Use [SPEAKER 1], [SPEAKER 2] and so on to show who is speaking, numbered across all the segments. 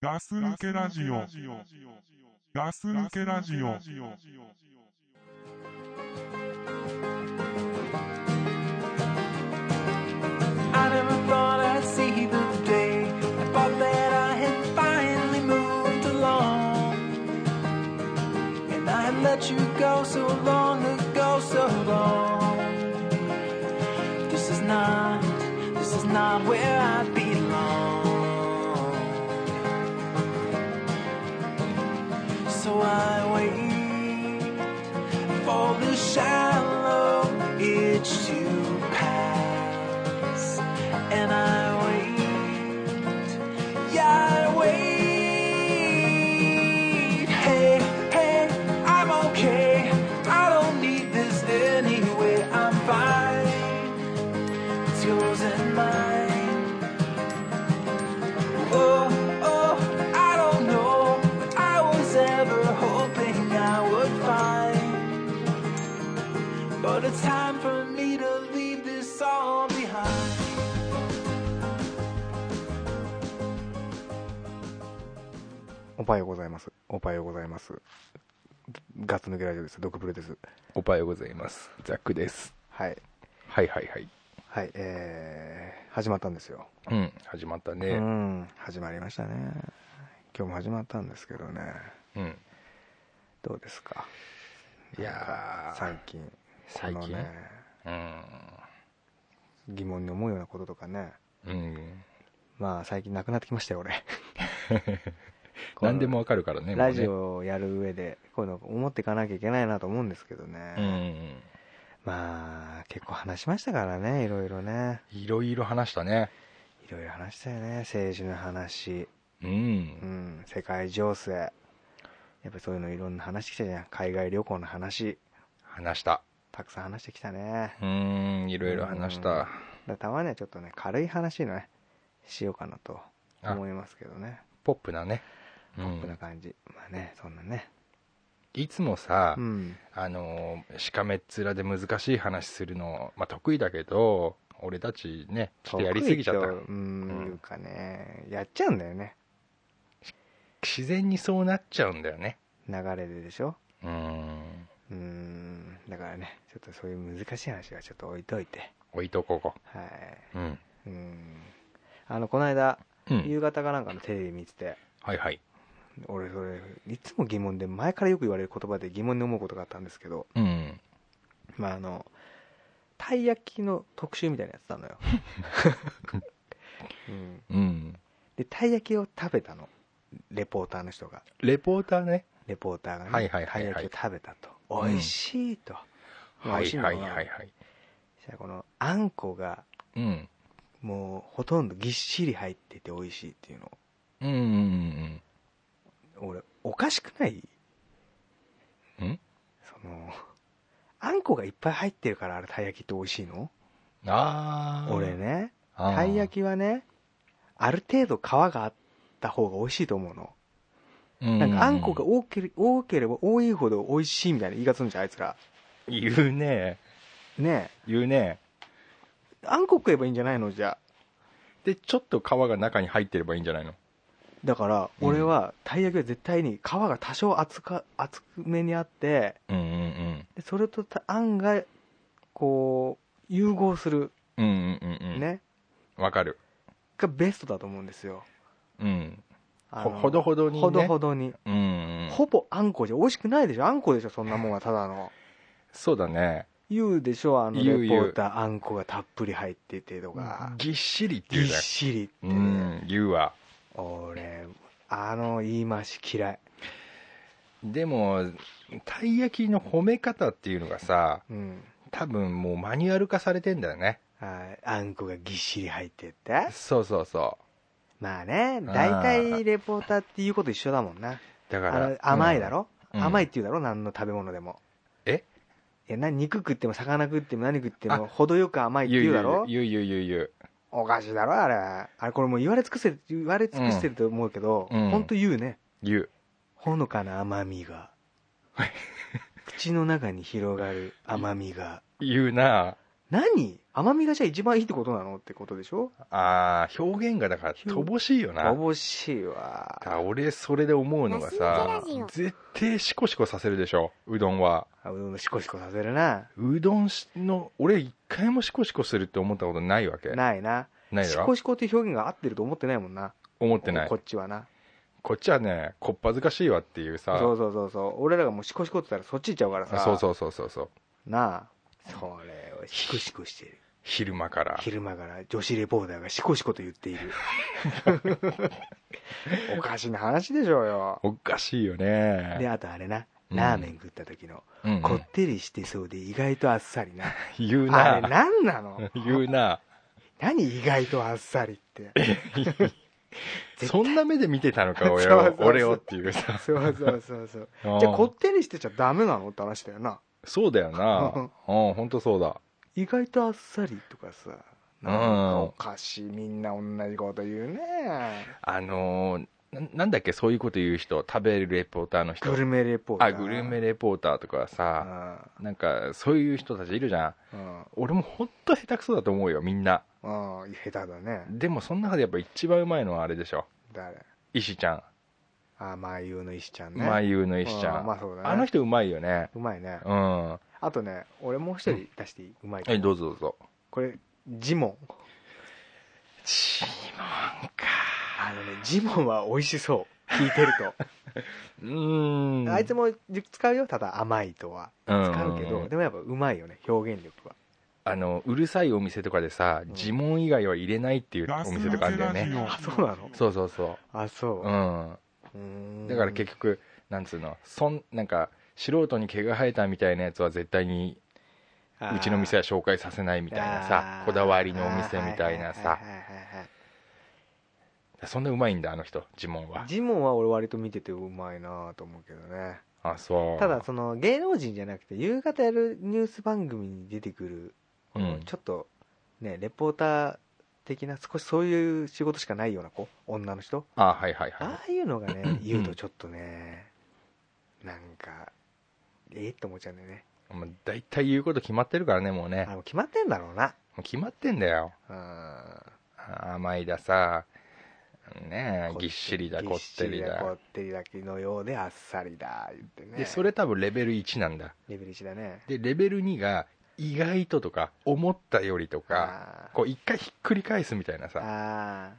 [SPEAKER 1] ガス抜けラジオ。ガス抜けラジオ。
[SPEAKER 2] I never thought I'd see the day. I thought that I had finally moved along. And I had let you go so long ago, so long. This is not, this is not where I belong. So I wait for the shallow itch to pass and I wait. Yeah, I wait. Hey, hey, I'm okay. I don't need this anyway. I'm fine. It's yours and mine. Oh, oh, I don't know. what I was ever hoping I would find. But it's time for me to leave this all behind.
[SPEAKER 3] おはようございます。おはようございます。ガッツ抜けラジオです。ドクブルです。
[SPEAKER 4] おはようございます。ザックです。
[SPEAKER 3] はい。
[SPEAKER 4] はいはいはい。
[SPEAKER 3] はい。えー、始まったんですよ。
[SPEAKER 4] うん、始まった
[SPEAKER 3] う
[SPEAKER 4] ね。
[SPEAKER 3] ん。始まりましたね。今日も始まったんですけどね。
[SPEAKER 4] うん。
[SPEAKER 3] どうですか
[SPEAKER 4] いや
[SPEAKER 3] 最近。
[SPEAKER 4] 最近
[SPEAKER 3] このね、
[SPEAKER 4] ー、
[SPEAKER 3] 疑問に思うようなこととかね。
[SPEAKER 4] うん。うん。
[SPEAKER 3] まあ、最近なくなってきましたよ、俺。こ の
[SPEAKER 4] 何でもわかるからね、
[SPEAKER 3] ラジ
[SPEAKER 4] も
[SPEAKER 3] オをやる上で、こういうの思っていかなきゃいけないなと思うんですけどね。
[SPEAKER 4] うね。
[SPEAKER 3] まあ、結構話しましたからね、いろいろね。
[SPEAKER 4] うん。いろいろ話したね。
[SPEAKER 3] いろいろ話したよね。政治の話。
[SPEAKER 4] う。
[SPEAKER 3] うんん、世界情勢やっぱそういうのいろんな話してきたじゃん海外旅行の話
[SPEAKER 4] 話した。
[SPEAKER 3] たくさん話してきたね
[SPEAKER 4] うん、いろいろ話した。
[SPEAKER 3] だたまにはちょっとね軽い話のねしようかなと
[SPEAKER 4] あ
[SPEAKER 3] 思いますけどね
[SPEAKER 4] ポップなね。う。
[SPEAKER 3] ポップなん感じ、まあねそんなね
[SPEAKER 4] いつもさ
[SPEAKER 3] う、ん
[SPEAKER 4] あのー、しかめっ面で難しい話するの、まあ得意だけど、俺たちね、ちょっとやりすぎちゃった
[SPEAKER 3] 得意。とうん、
[SPEAKER 4] うん
[SPEAKER 3] いうかねやっちゃうんだよね
[SPEAKER 4] 自然にそうなっちゃうんだよね。
[SPEAKER 3] 流れででしょ
[SPEAKER 4] うん。
[SPEAKER 3] うんだからねちょっとそういう難しい話はちょっと置いといて
[SPEAKER 4] 置いとこうこ
[SPEAKER 3] は
[SPEAKER 4] う。うん。
[SPEAKER 3] いうんあのこの間、
[SPEAKER 4] うん。
[SPEAKER 3] 夕方かなんかのテレビ見てて
[SPEAKER 4] はいはい。
[SPEAKER 3] 俺それいつも疑問で前からよく言われる言葉で疑問に思うことがあったんですけど
[SPEAKER 4] うん。
[SPEAKER 3] まああのたい焼きの特集みたいなのやってたのよ、 うん、
[SPEAKER 4] うん。
[SPEAKER 3] でたい焼きを食べたのレポーターの人が
[SPEAKER 4] レポーターね。
[SPEAKER 3] レポーターがね、
[SPEAKER 4] はいはいはいはい
[SPEAKER 3] たい焼きを食べたと
[SPEAKER 4] うん
[SPEAKER 3] 美味しいと、まあ
[SPEAKER 4] は
[SPEAKER 3] 美味
[SPEAKER 4] い
[SPEAKER 3] しいの
[SPEAKER 4] は
[SPEAKER 3] はい
[SPEAKER 4] はいはい。
[SPEAKER 3] そしたらこのあんこが
[SPEAKER 4] うん。
[SPEAKER 3] もうほとんどぎっしり入ってて美味しいっていうの
[SPEAKER 4] うんうんうん
[SPEAKER 3] 俺おかしくない
[SPEAKER 4] うん。ん
[SPEAKER 3] そのあんこがいっぱい入ってるからあれたい焼きって美味しいの
[SPEAKER 4] ああ。
[SPEAKER 3] 俺。ね
[SPEAKER 4] あー
[SPEAKER 3] たい焼きはねある程度皮があった方が美味しいと思うの
[SPEAKER 4] う
[SPEAKER 3] なんかあんこが多けれ多ければ多いほど美味しいみたいな言い方するんじゃんあいつら
[SPEAKER 4] 言うね。
[SPEAKER 3] ね
[SPEAKER 4] 言うね。
[SPEAKER 3] えあんこ食えばいいんじゃないのじゃあ
[SPEAKER 4] で、ちょっと皮が中に入ってればいいんじゃないの
[SPEAKER 3] だから
[SPEAKER 4] うん
[SPEAKER 3] 俺はたい焼きは絶対に皮が多少厚か厚めにあって
[SPEAKER 4] うんうん
[SPEAKER 3] でそれとたあんがこう融合する
[SPEAKER 4] うん。うんうんうんうん。。
[SPEAKER 3] ね、
[SPEAKER 4] わかる。
[SPEAKER 3] がベストだと思うんですよ
[SPEAKER 4] うん。
[SPEAKER 3] あ
[SPEAKER 4] ほ
[SPEAKER 3] の
[SPEAKER 4] ほどほどにね。
[SPEAKER 3] ほどほどに、
[SPEAKER 4] うんうん。
[SPEAKER 3] ほぼあんこじゃ美味しくないでしょあんこでしょそんなもんはただの
[SPEAKER 4] そうだね。
[SPEAKER 3] 言うでしょあのレ
[SPEAKER 4] 言う
[SPEAKER 3] ポ
[SPEAKER 4] 言う
[SPEAKER 3] ーターあんこがたっぷり入っててとか
[SPEAKER 4] ぎっしりって
[SPEAKER 3] ぎ
[SPEAKER 4] 言う
[SPEAKER 3] っ
[SPEAKER 4] じ
[SPEAKER 3] しりって
[SPEAKER 4] ゃん。う
[SPEAKER 3] ね
[SPEAKER 4] ん。言うわ。
[SPEAKER 3] 俺あの言い回し嫌い
[SPEAKER 4] でも、たい焼きの褒め方っていうのがさ、
[SPEAKER 3] うん
[SPEAKER 4] 多分もうマニュアル化されてんだよね。
[SPEAKER 3] はいあんこがぎっしり入ってって
[SPEAKER 4] そうそうそう。
[SPEAKER 3] まあね大体レポーターっていうこと一緒だもんな
[SPEAKER 4] だか
[SPEAKER 3] あ
[SPEAKER 4] ら
[SPEAKER 3] の甘いだ、ろ、
[SPEAKER 4] うん
[SPEAKER 3] 甘いって言うだろ何の食べ物でも
[SPEAKER 4] え
[SPEAKER 3] いやな肉食っても魚食っても何食っても
[SPEAKER 4] あ
[SPEAKER 3] 程よく甘いって言うだろ
[SPEAKER 4] 言う言う言う言う
[SPEAKER 3] おかしいだろあれあれこれもう言われ尽くせ言われ尽くしてると思うけど、
[SPEAKER 4] うん
[SPEAKER 3] ほんと言うね
[SPEAKER 4] 言う
[SPEAKER 3] ほのかな甘 みが口の中に広がる甘みが
[SPEAKER 4] 言う言うな
[SPEAKER 3] 何甘みがじゃあ一番いいってことなのってことでしょ
[SPEAKER 4] ああ表現がだから乏しいよな
[SPEAKER 3] 乏しいわ
[SPEAKER 4] だから俺それで思うのが
[SPEAKER 5] ガ
[SPEAKER 4] さ
[SPEAKER 5] ス抜けラジオ
[SPEAKER 4] 絶対シコシコさせるでしょうどんは
[SPEAKER 3] あうどんのシコシコさせるな
[SPEAKER 4] うどんしの俺一回もシコシコするって思ったことないわけない
[SPEAKER 3] ないなシ
[SPEAKER 4] だろ
[SPEAKER 3] コシコっていう表現が合ってると思ってないもんな
[SPEAKER 4] 思ってない
[SPEAKER 3] こっちはな
[SPEAKER 4] こっちはねこっぱずかしいわっていうさ
[SPEAKER 3] そうそうそうそう俺らがもうシコシコって言ったらそっち行っちゃうからさ
[SPEAKER 4] あそうそうそうそうそう
[SPEAKER 3] なあそれをシコシコしてる
[SPEAKER 4] 昼間から
[SPEAKER 3] 昼間から女子レポーターがシコシコと言っ ているおかしな話でしょうよ
[SPEAKER 4] おかしいよね
[SPEAKER 3] であとあれな
[SPEAKER 4] うん
[SPEAKER 3] ラーメン食った時の、
[SPEAKER 4] うんうん
[SPEAKER 3] こってりしてそうで意外とあっさりな
[SPEAKER 4] 言う
[SPEAKER 3] あれ
[SPEAKER 4] な
[SPEAKER 3] 何なの
[SPEAKER 4] 言うな
[SPEAKER 3] 何意外とあっさりって対
[SPEAKER 4] そんな目で見てた のか俺
[SPEAKER 3] そうそう
[SPEAKER 4] を
[SPEAKER 3] そう
[SPEAKER 4] 俺を っていうさ
[SPEAKER 3] そうそうそうそう
[SPEAKER 4] うん
[SPEAKER 3] じゃあこってりしてちゃダメなのって話だよな
[SPEAKER 4] そうだよ なうん本当そうだ
[SPEAKER 3] 意外とあっさりとかさなんかおかしいみんな同じこと言うね
[SPEAKER 4] あのーななんだっけそういうこと言う人食べるレポーターの人
[SPEAKER 3] グルメレポーター
[SPEAKER 4] あグルメレポーターとかさなんかそういう人たちいるじゃん
[SPEAKER 3] うん
[SPEAKER 4] 俺も本当下手くそだと思うよみんな
[SPEAKER 3] うんうん下手だね
[SPEAKER 4] でもその中でやっぱ一番うまいのはあれでしょ
[SPEAKER 3] 誰
[SPEAKER 4] 石ちゃん
[SPEAKER 3] あまあゆうの石ちゃんね
[SPEAKER 4] まゆの石ちゃ
[SPEAKER 3] うん
[SPEAKER 4] ん
[SPEAKER 3] まあそうだね
[SPEAKER 4] あの人うまいよね
[SPEAKER 3] うまいね
[SPEAKER 4] うん
[SPEAKER 3] あとね俺もう一人出していい、うまい
[SPEAKER 4] はいどうぞどうぞ
[SPEAKER 3] これジモン
[SPEAKER 4] チーモンか
[SPEAKER 3] あのねジモンは美味しそう聞いてる
[SPEAKER 4] うーん
[SPEAKER 3] とあいつも使うよただ甘いとは使うけど、
[SPEAKER 4] ん
[SPEAKER 3] でもやっぱうまいよね表現力は
[SPEAKER 4] あのうるさいお店とかでさ
[SPEAKER 3] うん
[SPEAKER 4] 呪文以外は入れないっていう
[SPEAKER 1] ガ
[SPEAKER 4] お
[SPEAKER 1] ス
[SPEAKER 4] 店とかあるんだよね
[SPEAKER 1] ラ
[SPEAKER 3] あそうなの
[SPEAKER 4] そうそうそ
[SPEAKER 3] あそ
[SPEAKER 4] う
[SPEAKER 3] う
[SPEAKER 4] うん
[SPEAKER 3] うーん
[SPEAKER 4] だから結局なんつうのそんなんか素人に毛が生えたみたいなやつは絶対に
[SPEAKER 3] あー
[SPEAKER 4] うちの店は紹介させないみたいなさ
[SPEAKER 3] あー
[SPEAKER 4] こだわりのお店みたいな
[SPEAKER 3] は
[SPEAKER 4] さ
[SPEAKER 3] いはいはいはいはい
[SPEAKER 4] そんなうまいんだあの人呪文は
[SPEAKER 3] ジモンは俺割と見ててうまいなと思うけどね
[SPEAKER 4] あそう
[SPEAKER 3] ただその芸能人じゃなくて夕方やるニュース番組に出てくるこの
[SPEAKER 4] うん
[SPEAKER 3] ちょっとねレポーター的な少しそういう仕事しかないような子女の人
[SPEAKER 4] あはいはいは
[SPEAKER 3] ああいうのがね
[SPEAKER 4] ん
[SPEAKER 3] 言うとちょっとねなんかええって思っちゃうんだよね
[SPEAKER 4] いもう大体言うこと決まってるからねもうね
[SPEAKER 3] あもう決まってんだろうな
[SPEAKER 4] もう決まってんだよ
[SPEAKER 3] う
[SPEAKER 4] 甘いださね
[SPEAKER 3] ん
[SPEAKER 4] えぎっしりだこってり
[SPEAKER 3] ぎっし
[SPEAKER 4] だ
[SPEAKER 3] こってりだけのようであっさりだ言ってね
[SPEAKER 4] でそれ多分レベル1なんだ
[SPEAKER 3] レベル1だね
[SPEAKER 4] でレベル2が意外ととか思ったよりとか
[SPEAKER 3] あー
[SPEAKER 4] こう一回ひっくり返すみたいなさ
[SPEAKER 3] あ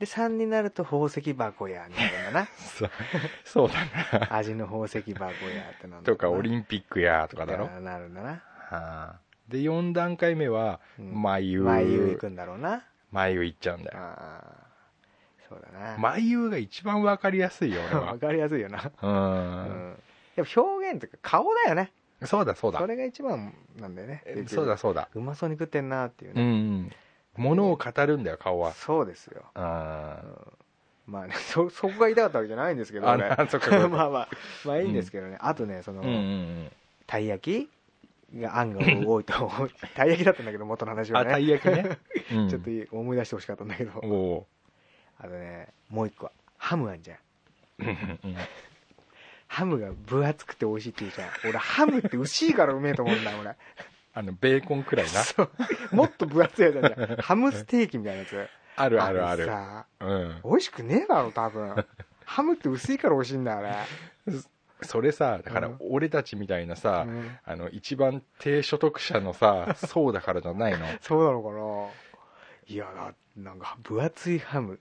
[SPEAKER 3] ーで3になると宝石箱やみたいなな
[SPEAKER 4] そう そうだ な
[SPEAKER 3] 味の宝石箱やってなんだろうな
[SPEAKER 4] とかオリンピックやとかだろ
[SPEAKER 3] いやなるんだな
[SPEAKER 4] はあで4段階目は
[SPEAKER 3] うん
[SPEAKER 4] 眉
[SPEAKER 3] 眉行くんだろうな
[SPEAKER 4] 眉いっちゃうんだよ
[SPEAKER 3] ああそうだな
[SPEAKER 4] 眉が一番わかりやすいよ
[SPEAKER 3] わかりやすいよな、
[SPEAKER 4] 俺は
[SPEAKER 3] う
[SPEAKER 4] うん
[SPEAKER 3] ん、やっぱ表現というか顔だよね
[SPEAKER 4] そうだそうだ
[SPEAKER 3] それが一番なんだよね
[SPEAKER 4] えそうだそうだ
[SPEAKER 3] うまそうに食ってんなってい
[SPEAKER 4] う
[SPEAKER 3] う
[SPEAKER 4] ん
[SPEAKER 3] ね、
[SPEAKER 4] うん物を語るんだよ顔は
[SPEAKER 3] そうですよ
[SPEAKER 4] うんあ
[SPEAKER 3] まあね、そそこが言いたかったわけじゃないんですけど俺
[SPEAKER 4] なそっかそっか
[SPEAKER 3] まあまあまあいいんですけどね、あとねその、
[SPEAKER 4] うんうんうん
[SPEAKER 3] たい焼きがあんが多いと 思うたい焼きだったんだけど元の話は
[SPEAKER 4] あた
[SPEAKER 3] ね
[SPEAKER 4] い焼き ねうん
[SPEAKER 3] ちょっと思い出してほしかったんだけど
[SPEAKER 4] おお
[SPEAKER 3] あとねもう一個はハムあんじゃん
[SPEAKER 4] ーうんうん
[SPEAKER 3] ハムが分厚くて美味しいって言うじゃん俺ハムって薄いからうめえと思うんだ俺
[SPEAKER 4] あのベーコンくらいな
[SPEAKER 3] そうもっと分厚いやつあるじゃんハムステーキみたいなやつ
[SPEAKER 4] あるあるあ
[SPEAKER 3] れ
[SPEAKER 4] る
[SPEAKER 3] さ
[SPEAKER 4] うん
[SPEAKER 3] 美味しくねえだろ多分ハムって薄いから美味しいんだあれ、
[SPEAKER 4] それさだか
[SPEAKER 3] う
[SPEAKER 4] ら
[SPEAKER 3] ん
[SPEAKER 4] 俺たちみたいな
[SPEAKER 3] う
[SPEAKER 4] さ
[SPEAKER 3] ん
[SPEAKER 4] あの一番低所得者の さそうだからじゃないの
[SPEAKER 3] そうなのかないやだなんか分厚いハム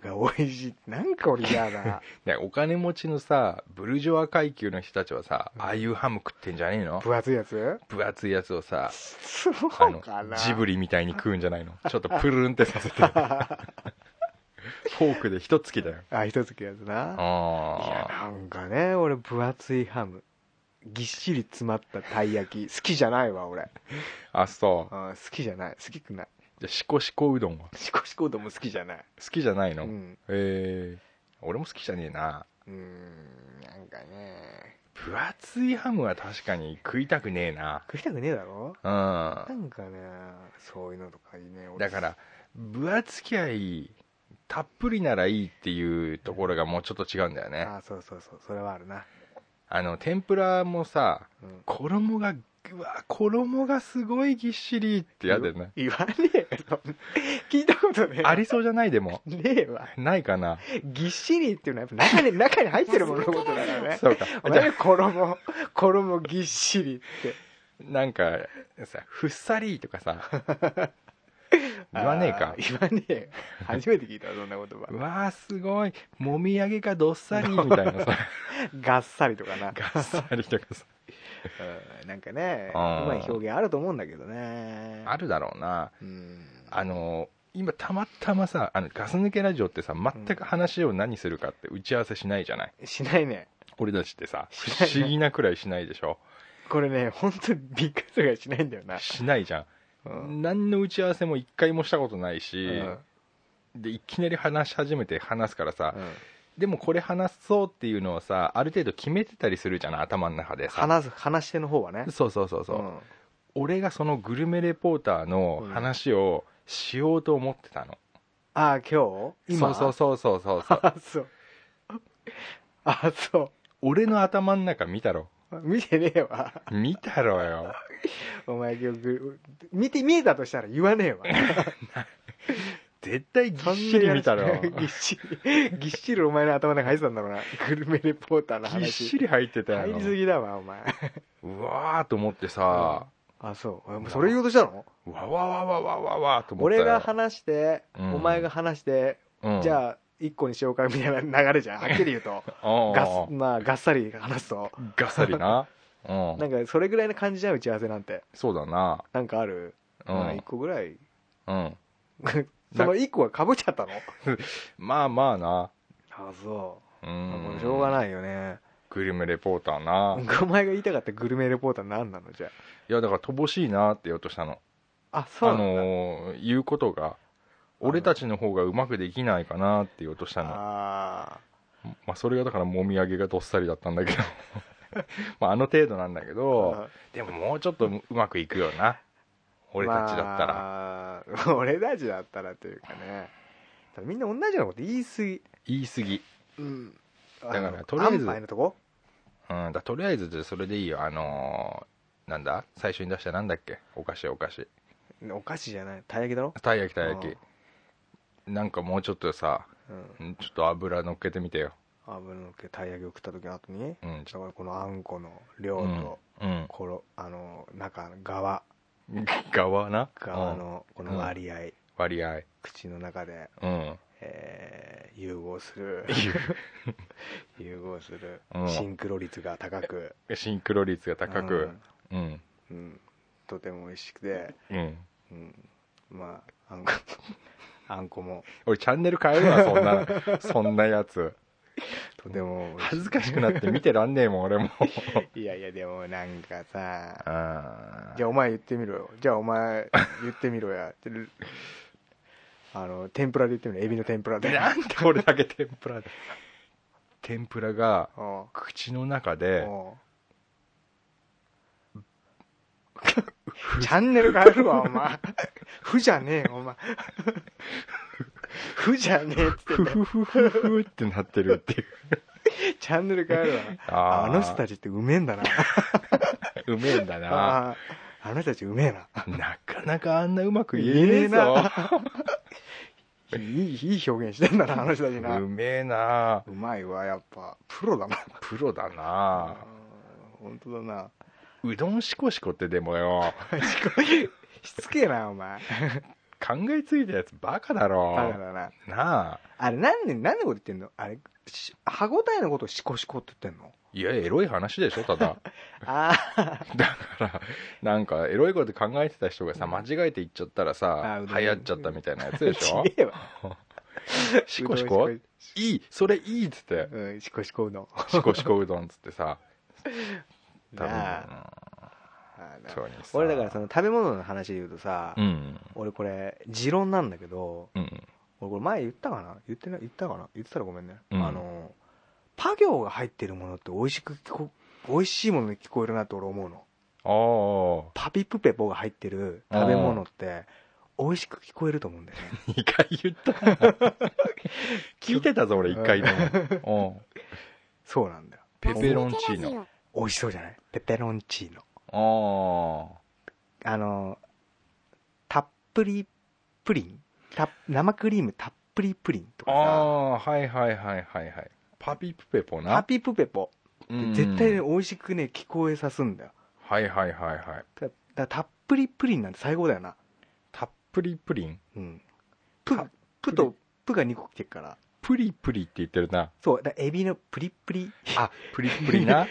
[SPEAKER 3] が美味しいってなんか俺嫌だ
[SPEAKER 4] ねお金持ちのさブルジョワ階級の人たちはさああいうハム食ってんじゃねえの
[SPEAKER 3] 分厚いやつ
[SPEAKER 4] 分厚いやつをさ
[SPEAKER 3] そう
[SPEAKER 4] あの
[SPEAKER 3] かな
[SPEAKER 4] ジブリみたいに食うんじゃない のちょっとプルンってさせてフォークで一突きだよ
[SPEAKER 3] あ一つきやつな
[SPEAKER 4] あ
[SPEAKER 3] いや
[SPEAKER 4] あ
[SPEAKER 3] なんかね俺分厚いハムぎっしり詰まったたい焼き好きじゃないわ俺、
[SPEAKER 4] あそ
[SPEAKER 3] うん、好きじゃない好きくないう
[SPEAKER 4] じゃあシコシコうどんは
[SPEAKER 3] シコシコうどんも好きじゃない
[SPEAKER 4] 好きじゃないうの、
[SPEAKER 3] ん
[SPEAKER 4] えー、俺も好きじゃねえな
[SPEAKER 3] うーんなんかね
[SPEAKER 4] 分厚いハムは確かに食いたくねえな
[SPEAKER 3] 食いたくねえだろな
[SPEAKER 4] うん
[SPEAKER 3] かねそういうのとかいいね
[SPEAKER 4] ん
[SPEAKER 3] 俺
[SPEAKER 4] だから分厚きゃいいたっぷりならいいっていうところがもうちょっと違うんだよね
[SPEAKER 3] あそうそうそうそれはあるな
[SPEAKER 4] あの天ぷらもさ
[SPEAKER 3] うん
[SPEAKER 4] 衣がうわ衣がすごいぎっしりってやだよね
[SPEAKER 3] 言わねえよ聞いたことねえ
[SPEAKER 4] ありそうじゃないでも
[SPEAKER 3] ねえわ
[SPEAKER 4] ないかな
[SPEAKER 3] ぎっしりっていうのはやっぱ中に中に入ってるもののことだからね
[SPEAKER 4] そうか
[SPEAKER 3] お
[SPEAKER 4] じゃ
[SPEAKER 3] 前衣衣ぎっしりって
[SPEAKER 4] あなんかさふっさりとかさ 言わねえ
[SPEAKER 3] あ
[SPEAKER 4] か
[SPEAKER 3] ー言わねえよ初めて聞いたわそんな言
[SPEAKER 4] う
[SPEAKER 3] 葉
[SPEAKER 4] わあすごいもみあげかどっさりみたい なさ
[SPEAKER 3] がっさりと かな
[SPEAKER 4] がっさりとかさ
[SPEAKER 3] うんなんかねう
[SPEAKER 4] うん
[SPEAKER 3] まい表現あると思うんだけどね
[SPEAKER 4] あるだろうな
[SPEAKER 3] うん
[SPEAKER 4] あの今たまたまさあのガス抜けラジオってさ全く話を何するかって打ち合わせしないじゃない、
[SPEAKER 3] しないね
[SPEAKER 4] 俺たちってさ不
[SPEAKER 3] しないね
[SPEAKER 4] 思議なくらいしないでしょ
[SPEAKER 3] これね本当にびっくりするぐらいしないんだよな
[SPEAKER 4] しないじゃ、
[SPEAKER 3] うんん
[SPEAKER 4] 何の打ち合わせも一回もしたことないうし、
[SPEAKER 3] ん
[SPEAKER 4] でいきなり話し始めて話すからさ、
[SPEAKER 3] うん
[SPEAKER 4] でもこれ話そうっていうのをさある程度決めてたりするじゃない頭の中でさ
[SPEAKER 3] 話す話し手の方はね
[SPEAKER 4] そうそうそうそう、
[SPEAKER 3] うん
[SPEAKER 4] 俺がそのグルメレポーターの話をしようと思ってたの、
[SPEAKER 3] ああ今日今
[SPEAKER 4] そうそうそうそうそうそう
[SPEAKER 3] あそうあそ
[SPEAKER 4] 俺の頭の中見たろ
[SPEAKER 3] う見てねえわ
[SPEAKER 4] 見たろよ
[SPEAKER 3] お前今日ぐ見て見えたとしたら言わねえわ
[SPEAKER 4] 絶対ぎっしり見たろ
[SPEAKER 3] ぎっしりぎっしりお前の頭の中入ってたんだろうなグルメレポーターの
[SPEAKER 4] ぎ っ
[SPEAKER 3] 話
[SPEAKER 4] しり入ってた
[SPEAKER 3] 入
[SPEAKER 4] よ
[SPEAKER 3] りすぎだわお前
[SPEAKER 4] うわーと思ってさ、
[SPEAKER 3] あそうお前それ言おうとしたの
[SPEAKER 4] わわわわわわわーと思った
[SPEAKER 3] 俺が話して、
[SPEAKER 4] うん
[SPEAKER 3] お前が話して、じ
[SPEAKER 4] あ、
[SPEAKER 3] ゃあ一個にしようかみたいな流れじゃんはっきり言うと
[SPEAKER 4] うん
[SPEAKER 3] がっ,、まあ、がっさり話すと
[SPEAKER 4] がっさり な、うん、
[SPEAKER 3] なんかそれぐらいの感じじゃん打ち合わせなんて
[SPEAKER 4] そうだな
[SPEAKER 3] なんかある、
[SPEAKER 4] う
[SPEAKER 3] まあ、一
[SPEAKER 4] ん、
[SPEAKER 3] 個ぐらい
[SPEAKER 4] うん、
[SPEAKER 3] その一個がかぶっちゃったの
[SPEAKER 4] まあまあな
[SPEAKER 3] あそうう、まあこ
[SPEAKER 4] ん
[SPEAKER 3] れしょうがないよね
[SPEAKER 4] グルメレポーターな、い
[SPEAKER 3] お前が言いたかったグルメレポーター何なのじゃ
[SPEAKER 4] やだから乏しいなって言おうとしたの
[SPEAKER 3] ああそう
[SPEAKER 4] あ
[SPEAKER 3] なんだ、
[SPEAKER 4] のー言うことが俺たちの方がうまくできないかなって言おうとしたの
[SPEAKER 3] あ
[SPEAKER 4] まあ、それがだからもみあげがどっさりだったんだけど まああの程度なんだけ
[SPEAKER 3] ー
[SPEAKER 4] どでももうちょっとうまくいくよな俺たちだったら、
[SPEAKER 3] ら、まあ 俺たちだったらというかね多分みんな同じようなこと言い過ぎ
[SPEAKER 4] 言い過ぎ、
[SPEAKER 3] うんだ
[SPEAKER 4] からとりあえず
[SPEAKER 3] 安牌のとこ
[SPEAKER 4] うん、だとりあえずでそれでいいよあのーなんだ最初に出したなんだっけお菓子お菓子
[SPEAKER 3] お菓子じゃないたい焼きだろ、
[SPEAKER 4] たい焼きたい焼きなんかもうちょっとさ
[SPEAKER 3] うん
[SPEAKER 4] んちょっと油乗っけてみてよ、
[SPEAKER 3] 油のっけたい焼きを食った時の後に
[SPEAKER 4] うん、ち
[SPEAKER 3] だ
[SPEAKER 4] ょっ
[SPEAKER 3] からこのあんこの量
[SPEAKER 4] と
[SPEAKER 3] と、
[SPEAKER 4] うん、
[SPEAKER 3] このあの中の側
[SPEAKER 4] うん、 側な
[SPEAKER 3] 側
[SPEAKER 4] うん
[SPEAKER 3] のこの割合、
[SPEAKER 4] 割合
[SPEAKER 3] 口の中で、
[SPEAKER 4] うん
[SPEAKER 3] えー融合 する 融合する、
[SPEAKER 4] うん
[SPEAKER 3] シンクロ率が高く
[SPEAKER 4] シンクロ率が高くうん
[SPEAKER 3] うん、うんとても美味しくて、
[SPEAKER 4] うん
[SPEAKER 3] うん、まああんこあんこも
[SPEAKER 4] 俺チャンネル変えるわそんなそんなやつ
[SPEAKER 3] とても美味し
[SPEAKER 4] 恥ずかしくなって見てらんねえもん俺も
[SPEAKER 3] いやいやでもなんかさ
[SPEAKER 4] あ
[SPEAKER 3] じゃあお前言ってみろよじゃあお前言ってみろやルあの天ぷらで言ってみろエビの天ぷらで
[SPEAKER 4] なんで俺だけ天ぷらで天ぷらが
[SPEAKER 3] お
[SPEAKER 4] 口の中で
[SPEAKER 3] おチャンネル変えるわお前ふじゃねえよお前ふじゃねえっつって
[SPEAKER 4] フ
[SPEAKER 3] んだよ
[SPEAKER 4] フフフフってなってるっていう
[SPEAKER 3] チャンネル変えるわ
[SPEAKER 4] あ
[SPEAKER 3] あ
[SPEAKER 4] ー
[SPEAKER 3] の人たちってうめえんだな
[SPEAKER 4] うめえんだな
[SPEAKER 3] あーあの人たちうめえな
[SPEAKER 4] なかなかあんなうまく言えねえぞ
[SPEAKER 3] いいいい表現してんだなあの人たちな
[SPEAKER 4] う
[SPEAKER 3] う
[SPEAKER 4] めえな
[SPEAKER 3] まいわやっぱプロだな
[SPEAKER 4] プロだな
[SPEAKER 3] 本当だな
[SPEAKER 4] うどんしこしこってでもよ
[SPEAKER 3] しつけえなお前
[SPEAKER 4] 考えついたやつバカだろ
[SPEAKER 3] バカだな
[SPEAKER 4] なあ
[SPEAKER 3] あれ何で何のこと言ってんのあれし歯応えのことをシコシコって言 ってんの
[SPEAKER 4] いやエロい話でしょただ
[SPEAKER 3] あ
[SPEAKER 4] だからなんかエロいこと考えてた人がさ間違えて言っちゃったら
[SPEAKER 3] あ
[SPEAKER 4] さ
[SPEAKER 3] うどん
[SPEAKER 4] 流行っちゃったみたいなやつで
[SPEAKER 3] ー
[SPEAKER 4] し ょ
[SPEAKER 3] ちげえわ
[SPEAKER 4] シコシコ
[SPEAKER 3] うどん
[SPEAKER 4] いいそれいいっつ って
[SPEAKER 3] うんシコシコうどん
[SPEAKER 4] シコシコうどんっつってさ多分
[SPEAKER 3] なあ
[SPEAKER 4] うんそうにさ
[SPEAKER 3] 俺だからその食べ物の話で言うとさ、
[SPEAKER 4] うん
[SPEAKER 3] 俺これ持論なんだけど
[SPEAKER 4] うん
[SPEAKER 3] 俺これ前言ったかな言ってない言ったかな言ってたらごめんね、
[SPEAKER 4] うん
[SPEAKER 3] あのパ行が入ってるものって美味しく聞こ美味しいものに聞こえるなって俺思うの
[SPEAKER 4] ああ
[SPEAKER 3] パピプペポが入ってる食べ物って美味しく聞こえると思うんだよね
[SPEAKER 4] 2回言ったな 聞いてたぞ俺1回で もうん
[SPEAKER 3] そうなんだよ
[SPEAKER 4] ペペロンチーノ
[SPEAKER 3] 美味しそうじゃないペペロンチーノ
[SPEAKER 4] あー
[SPEAKER 3] あのたっぷりプリンた生クリームたっぷりプリンとかさ
[SPEAKER 4] あーはいはいはいはいはいパピプペポな
[SPEAKER 3] ハピプペポ
[SPEAKER 4] うん
[SPEAKER 3] 絶対ね美味しくね聞こえさすんだよ
[SPEAKER 4] はいはいはいはい
[SPEAKER 3] ただからたっぷりプリンなんて最高だよな
[SPEAKER 4] たっぷりプリン
[SPEAKER 3] うんプ
[SPEAKER 4] たっ
[SPEAKER 3] プとプが2個来てるから
[SPEAKER 4] プリプリって言ってるな
[SPEAKER 3] そうだからエビのプリプリ
[SPEAKER 4] あプリプリ な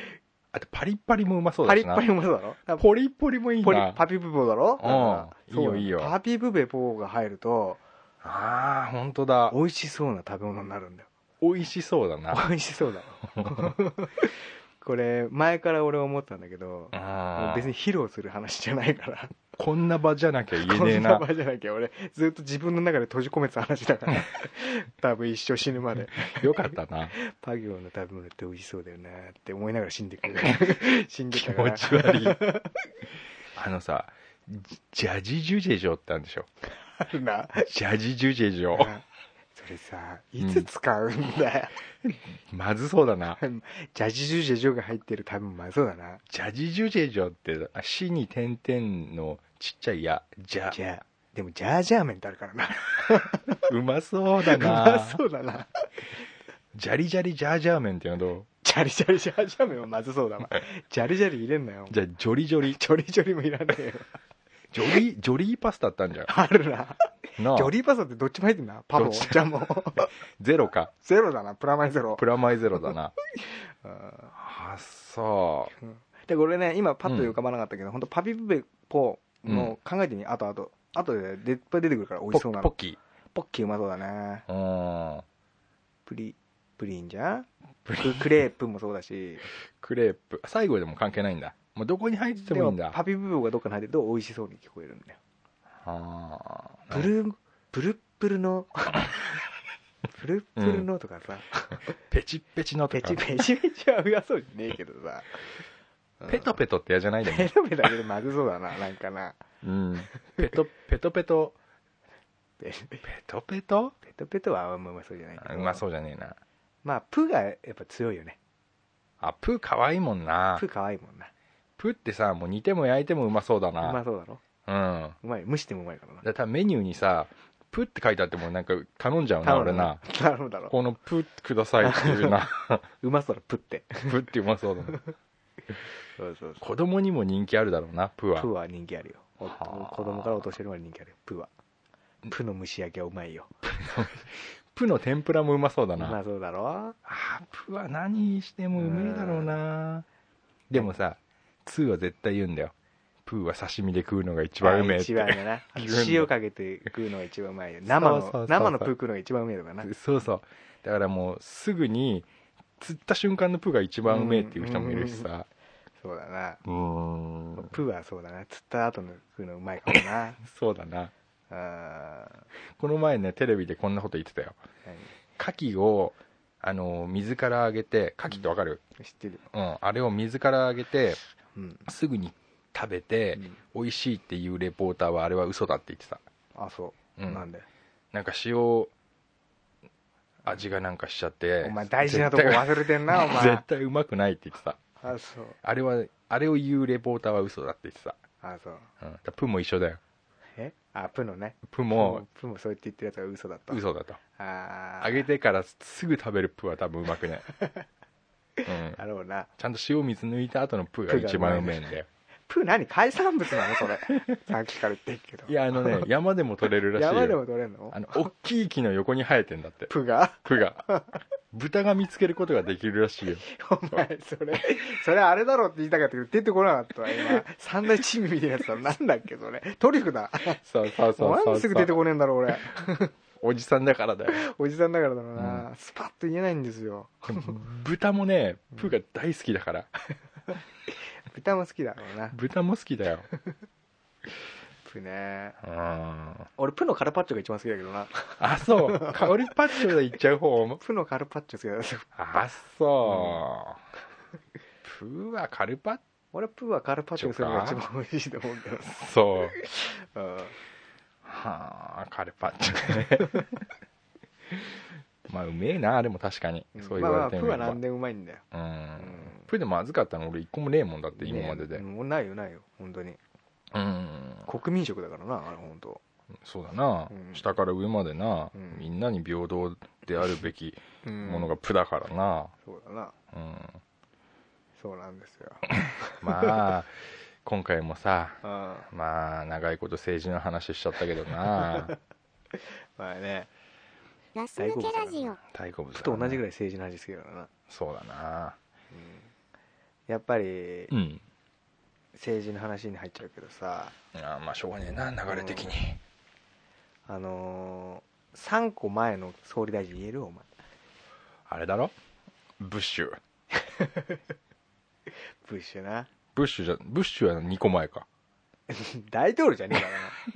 [SPEAKER 4] あとパリパリもうまそう
[SPEAKER 3] パ
[SPEAKER 4] だ
[SPEAKER 3] リ
[SPEAKER 4] し
[SPEAKER 3] ッ
[SPEAKER 4] な
[SPEAKER 3] パリもそうだろだから
[SPEAKER 4] ポリポリもいい
[SPEAKER 3] ポリ
[SPEAKER 4] な
[SPEAKER 3] パピプポだろだから
[SPEAKER 4] うん
[SPEAKER 3] そうなの
[SPEAKER 4] いいよいいよ
[SPEAKER 3] パピプペポが入ると
[SPEAKER 4] あー本当だ
[SPEAKER 3] 美味しそうな食べ物になるんだよ
[SPEAKER 4] おいしそうだな
[SPEAKER 3] 美味し そうだこれ前から俺思ったんだけど
[SPEAKER 4] あー
[SPEAKER 3] 別に披露する話じゃないから
[SPEAKER 4] こんな場じゃなきゃ言え
[SPEAKER 3] こ
[SPEAKER 4] ねえ
[SPEAKER 3] んな
[SPEAKER 4] な
[SPEAKER 3] 場じゃなきゃ俺ずっと自分の中で閉じ込めてた話だから 多分一生死ぬまで
[SPEAKER 4] よかったな
[SPEAKER 3] パ行の食べ物って美味しそうだよなって思いながら死ん でくる死んで
[SPEAKER 4] 気
[SPEAKER 3] たか
[SPEAKER 4] 持
[SPEAKER 3] ら
[SPEAKER 4] ち悪い あのさジジャジジュジェジョってあるんでしょ
[SPEAKER 3] あるな
[SPEAKER 4] ジャジジュジェジョ
[SPEAKER 3] それさいつ使うんだよ、
[SPEAKER 4] まずそうだな
[SPEAKER 3] ジャジジュジェジョが入ってる食べ物まずそうだな
[SPEAKER 4] ジャジジュジェジョってあ死に点々のちっちゃいやじゃ
[SPEAKER 3] じゃあでもジャージャー麺ってあるからな
[SPEAKER 4] うまそうだ
[SPEAKER 3] う ま
[SPEAKER 4] な
[SPEAKER 3] そうだな
[SPEAKER 4] ジャリジャリジャージャー麺っていうのはどう
[SPEAKER 3] ジャリジャリジャージャー麺はまずそうだ わジャリジャリ入れんなよ
[SPEAKER 4] じゃあジョリジョリ
[SPEAKER 3] ジョリジョリもいらないよ
[SPEAKER 4] ジョリジョリーパスタってあるんじゃ
[SPEAKER 3] あるな
[SPEAKER 4] なあ
[SPEAKER 3] ジョリーパスタってどっちも入ってんなパ
[SPEAKER 4] ど
[SPEAKER 3] も
[SPEAKER 4] っち
[SPEAKER 3] ジャも
[SPEAKER 4] ゼロか
[SPEAKER 3] ゼロだなプラマイゼロ
[SPEAKER 4] プラマイゼロだな
[SPEAKER 3] うん
[SPEAKER 4] あそ
[SPEAKER 3] でこれね今パッと浮かばなかったけど、本当パピプペポの考えてみ、あとあとあとででいっぱい出てくるから美
[SPEAKER 4] う
[SPEAKER 3] 味
[SPEAKER 4] ポ
[SPEAKER 3] しそうな
[SPEAKER 4] ッ
[SPEAKER 3] のポ
[SPEAKER 4] ポ
[SPEAKER 3] ッ
[SPEAKER 4] ッキ
[SPEAKER 3] キーうまそうだね
[SPEAKER 4] ーうん
[SPEAKER 3] プリプリンじゃんククレープもそうだし
[SPEAKER 4] クレープ最後でも関係ないんだもうどこに入ってて
[SPEAKER 3] で
[SPEAKER 4] もいい
[SPEAKER 3] も
[SPEAKER 4] んだ
[SPEAKER 3] パピプペポがどっかに入ってると美味しそうに聞こえるんだよ
[SPEAKER 4] あー
[SPEAKER 3] プルプルップル のプルップルのとかさ、
[SPEAKER 4] ペチッペチのと
[SPEAKER 3] ペ
[SPEAKER 4] か
[SPEAKER 3] チペチペチはうやそうじゃねえけどさ
[SPEAKER 4] ペトペトって嫌じゃ ないで
[SPEAKER 3] ペ
[SPEAKER 4] ね、
[SPEAKER 3] トペトだけどまずそうだななんかな
[SPEAKER 4] うん、ペトペトペト
[SPEAKER 3] ペ
[SPEAKER 4] ペトペト
[SPEAKER 3] ペトペトはあんまうまそうじゃないけ
[SPEAKER 4] あ
[SPEAKER 3] ど
[SPEAKER 4] うまそうじゃねえな
[SPEAKER 3] まあプがやっぱ強いよね
[SPEAKER 4] あプーかわいいもんな
[SPEAKER 3] プ可愛いもんな
[SPEAKER 4] プーってさもう煮ても焼いてもうまそうだ
[SPEAKER 3] うま
[SPEAKER 4] な
[SPEAKER 3] そうだろ
[SPEAKER 4] うん
[SPEAKER 3] うまい蒸してもうまいからな
[SPEAKER 4] だからメニューにさプーって書いてあってもなんか頼んじゃうな俺な
[SPEAKER 3] 頼むだろ
[SPEAKER 4] このプーってくださいっていうな
[SPEAKER 3] うまそうだろプって
[SPEAKER 4] プーってうまそうだな
[SPEAKER 3] そうそう
[SPEAKER 4] 子供にも人気あるだろうなプーは
[SPEAKER 3] プは人気あるよお
[SPEAKER 4] はあ
[SPEAKER 3] 子供からお年寄りまで人気あるよプはプの蒸し焼きはうまいよ
[SPEAKER 4] プーの天ぷらもうまそうだ
[SPEAKER 3] う
[SPEAKER 4] な
[SPEAKER 3] まそうだろ
[SPEAKER 4] あープは何してもうめえだろうなでもさ2は絶対言うんだよプーは刺身で食うのが一番うめえっ
[SPEAKER 3] 一
[SPEAKER 4] て
[SPEAKER 3] 番だな
[SPEAKER 4] 言うんだ
[SPEAKER 3] 塩かけて食うのが一番うまいよ生
[SPEAKER 4] そうそうそうそ
[SPEAKER 3] の
[SPEAKER 4] う
[SPEAKER 3] 生のプ食うのが一番うめえとかな
[SPEAKER 4] そうそうだからもうすぐに釣った瞬間のプーが一番うめえっていう人もいるしさ
[SPEAKER 3] そうだな
[SPEAKER 4] うーん
[SPEAKER 3] プはそうだな釣った後の食うのうまいかもな
[SPEAKER 4] そうだな
[SPEAKER 3] あ
[SPEAKER 4] この前ねテレビでこんなこと言ってたよ牡蠣をあの水から揚げて牡蠣ってわかる、
[SPEAKER 3] ー知ってる
[SPEAKER 4] うんあれを水から揚げて
[SPEAKER 3] うん
[SPEAKER 4] すぐに食べて、
[SPEAKER 3] うん
[SPEAKER 4] 美味しいっていうレポーターはあれは嘘だって言ってた
[SPEAKER 3] あそううんなんだよ
[SPEAKER 4] なんか塩味がなんかしちゃって
[SPEAKER 3] お前大事なとこ忘れてん なお
[SPEAKER 4] 絶対
[SPEAKER 3] 前
[SPEAKER 4] 絶対うまくないって言ってた
[SPEAKER 3] あそう
[SPEAKER 4] あれはあれを言うレポーターは嘘だって言ってた、
[SPEAKER 3] あそう
[SPEAKER 4] うん、だからプも一緒だよ
[SPEAKER 3] えあプのね
[SPEAKER 4] プも
[SPEAKER 3] プもそうやって言ってるやつが嘘だった
[SPEAKER 4] 嘘だと
[SPEAKER 3] ああ
[SPEAKER 4] 揚げてからすぐ食べるプは多分うまく ない、うん、
[SPEAKER 3] だろうな
[SPEAKER 4] ちゃんと塩水抜いた後のプが一番うめえんだよ
[SPEAKER 3] プ何海産物なの それさっきから言ってるけど
[SPEAKER 4] いやあのね 山でも取れるらしいよ
[SPEAKER 3] 山でも取れんの
[SPEAKER 4] あの大きい木の横に生えてんだって
[SPEAKER 3] プが
[SPEAKER 4] プが豚が見つけることができるらしいよ
[SPEAKER 3] お前それそれあれだろって言いたかったけど出てこなかったわ今サンドイッチみたいなやつだなんだっけそれトリュフだ
[SPEAKER 4] そうそう
[SPEAKER 3] も
[SPEAKER 4] そうう
[SPEAKER 3] なん
[SPEAKER 4] そう
[SPEAKER 3] ですぐ出てこねえんだろう俺
[SPEAKER 4] おじさんだから だよ
[SPEAKER 3] おじさんだからだろうな、スパッと言えないんですよ
[SPEAKER 4] 豚もねプーが大好きだから
[SPEAKER 3] 豚も好きだろうな
[SPEAKER 4] 豚も好きだよ
[SPEAKER 3] プね
[SPEAKER 4] あ
[SPEAKER 3] 俺プのカルパッチョが一番好きだけどな
[SPEAKER 4] そう香りパッチョでいっちゃう方も
[SPEAKER 3] プのカルパッチョ好きだ
[SPEAKER 4] あそう、プーはカルパッ
[SPEAKER 3] 俺プはカルパッチョにするのが一番美味しいと思うけ ど
[SPEAKER 4] そう
[SPEAKER 3] うん
[SPEAKER 4] はあカルパッチョ ねまあうめえなでも確かにそう言
[SPEAKER 3] まあま
[SPEAKER 4] わ
[SPEAKER 3] あ
[SPEAKER 4] れて
[SPEAKER 3] プ
[SPEAKER 4] みれば、
[SPEAKER 3] は何でもうまいんだよ
[SPEAKER 4] うん
[SPEAKER 3] うん
[SPEAKER 4] プでまずかったの俺一個もねえもんだって今までで、
[SPEAKER 3] ねもうないよないよ本当に
[SPEAKER 4] うん
[SPEAKER 3] 国民食だからなあれ本当
[SPEAKER 4] そうだな、
[SPEAKER 3] うん
[SPEAKER 4] 下から上までな、
[SPEAKER 3] うん
[SPEAKER 4] みんなに平等であるべき
[SPEAKER 3] うん
[SPEAKER 4] ものがプだからな、
[SPEAKER 3] そうだな
[SPEAKER 4] うん
[SPEAKER 3] そうなんですよ
[SPEAKER 4] ま あ今回もさ
[SPEAKER 3] ああ
[SPEAKER 4] まあ長いこと政治の話しちゃったけど な
[SPEAKER 3] まあね
[SPEAKER 5] ラス抜けラジオ。
[SPEAKER 4] 大好物だ
[SPEAKER 3] ふと同じぐ
[SPEAKER 4] らい
[SPEAKER 3] らい政治の話ですけどな
[SPEAKER 4] そうだな
[SPEAKER 3] やっぱり
[SPEAKER 4] うん
[SPEAKER 3] 政治の話に入っちゃうけどさ
[SPEAKER 4] あまあしょうがねえな流れ的に、
[SPEAKER 3] あの3個前の総理大臣言えるお前
[SPEAKER 4] あれだろブッシュ
[SPEAKER 3] ブッシュな
[SPEAKER 4] ブッシュじゃブッシュは2個前か
[SPEAKER 3] 大統領じゃねえか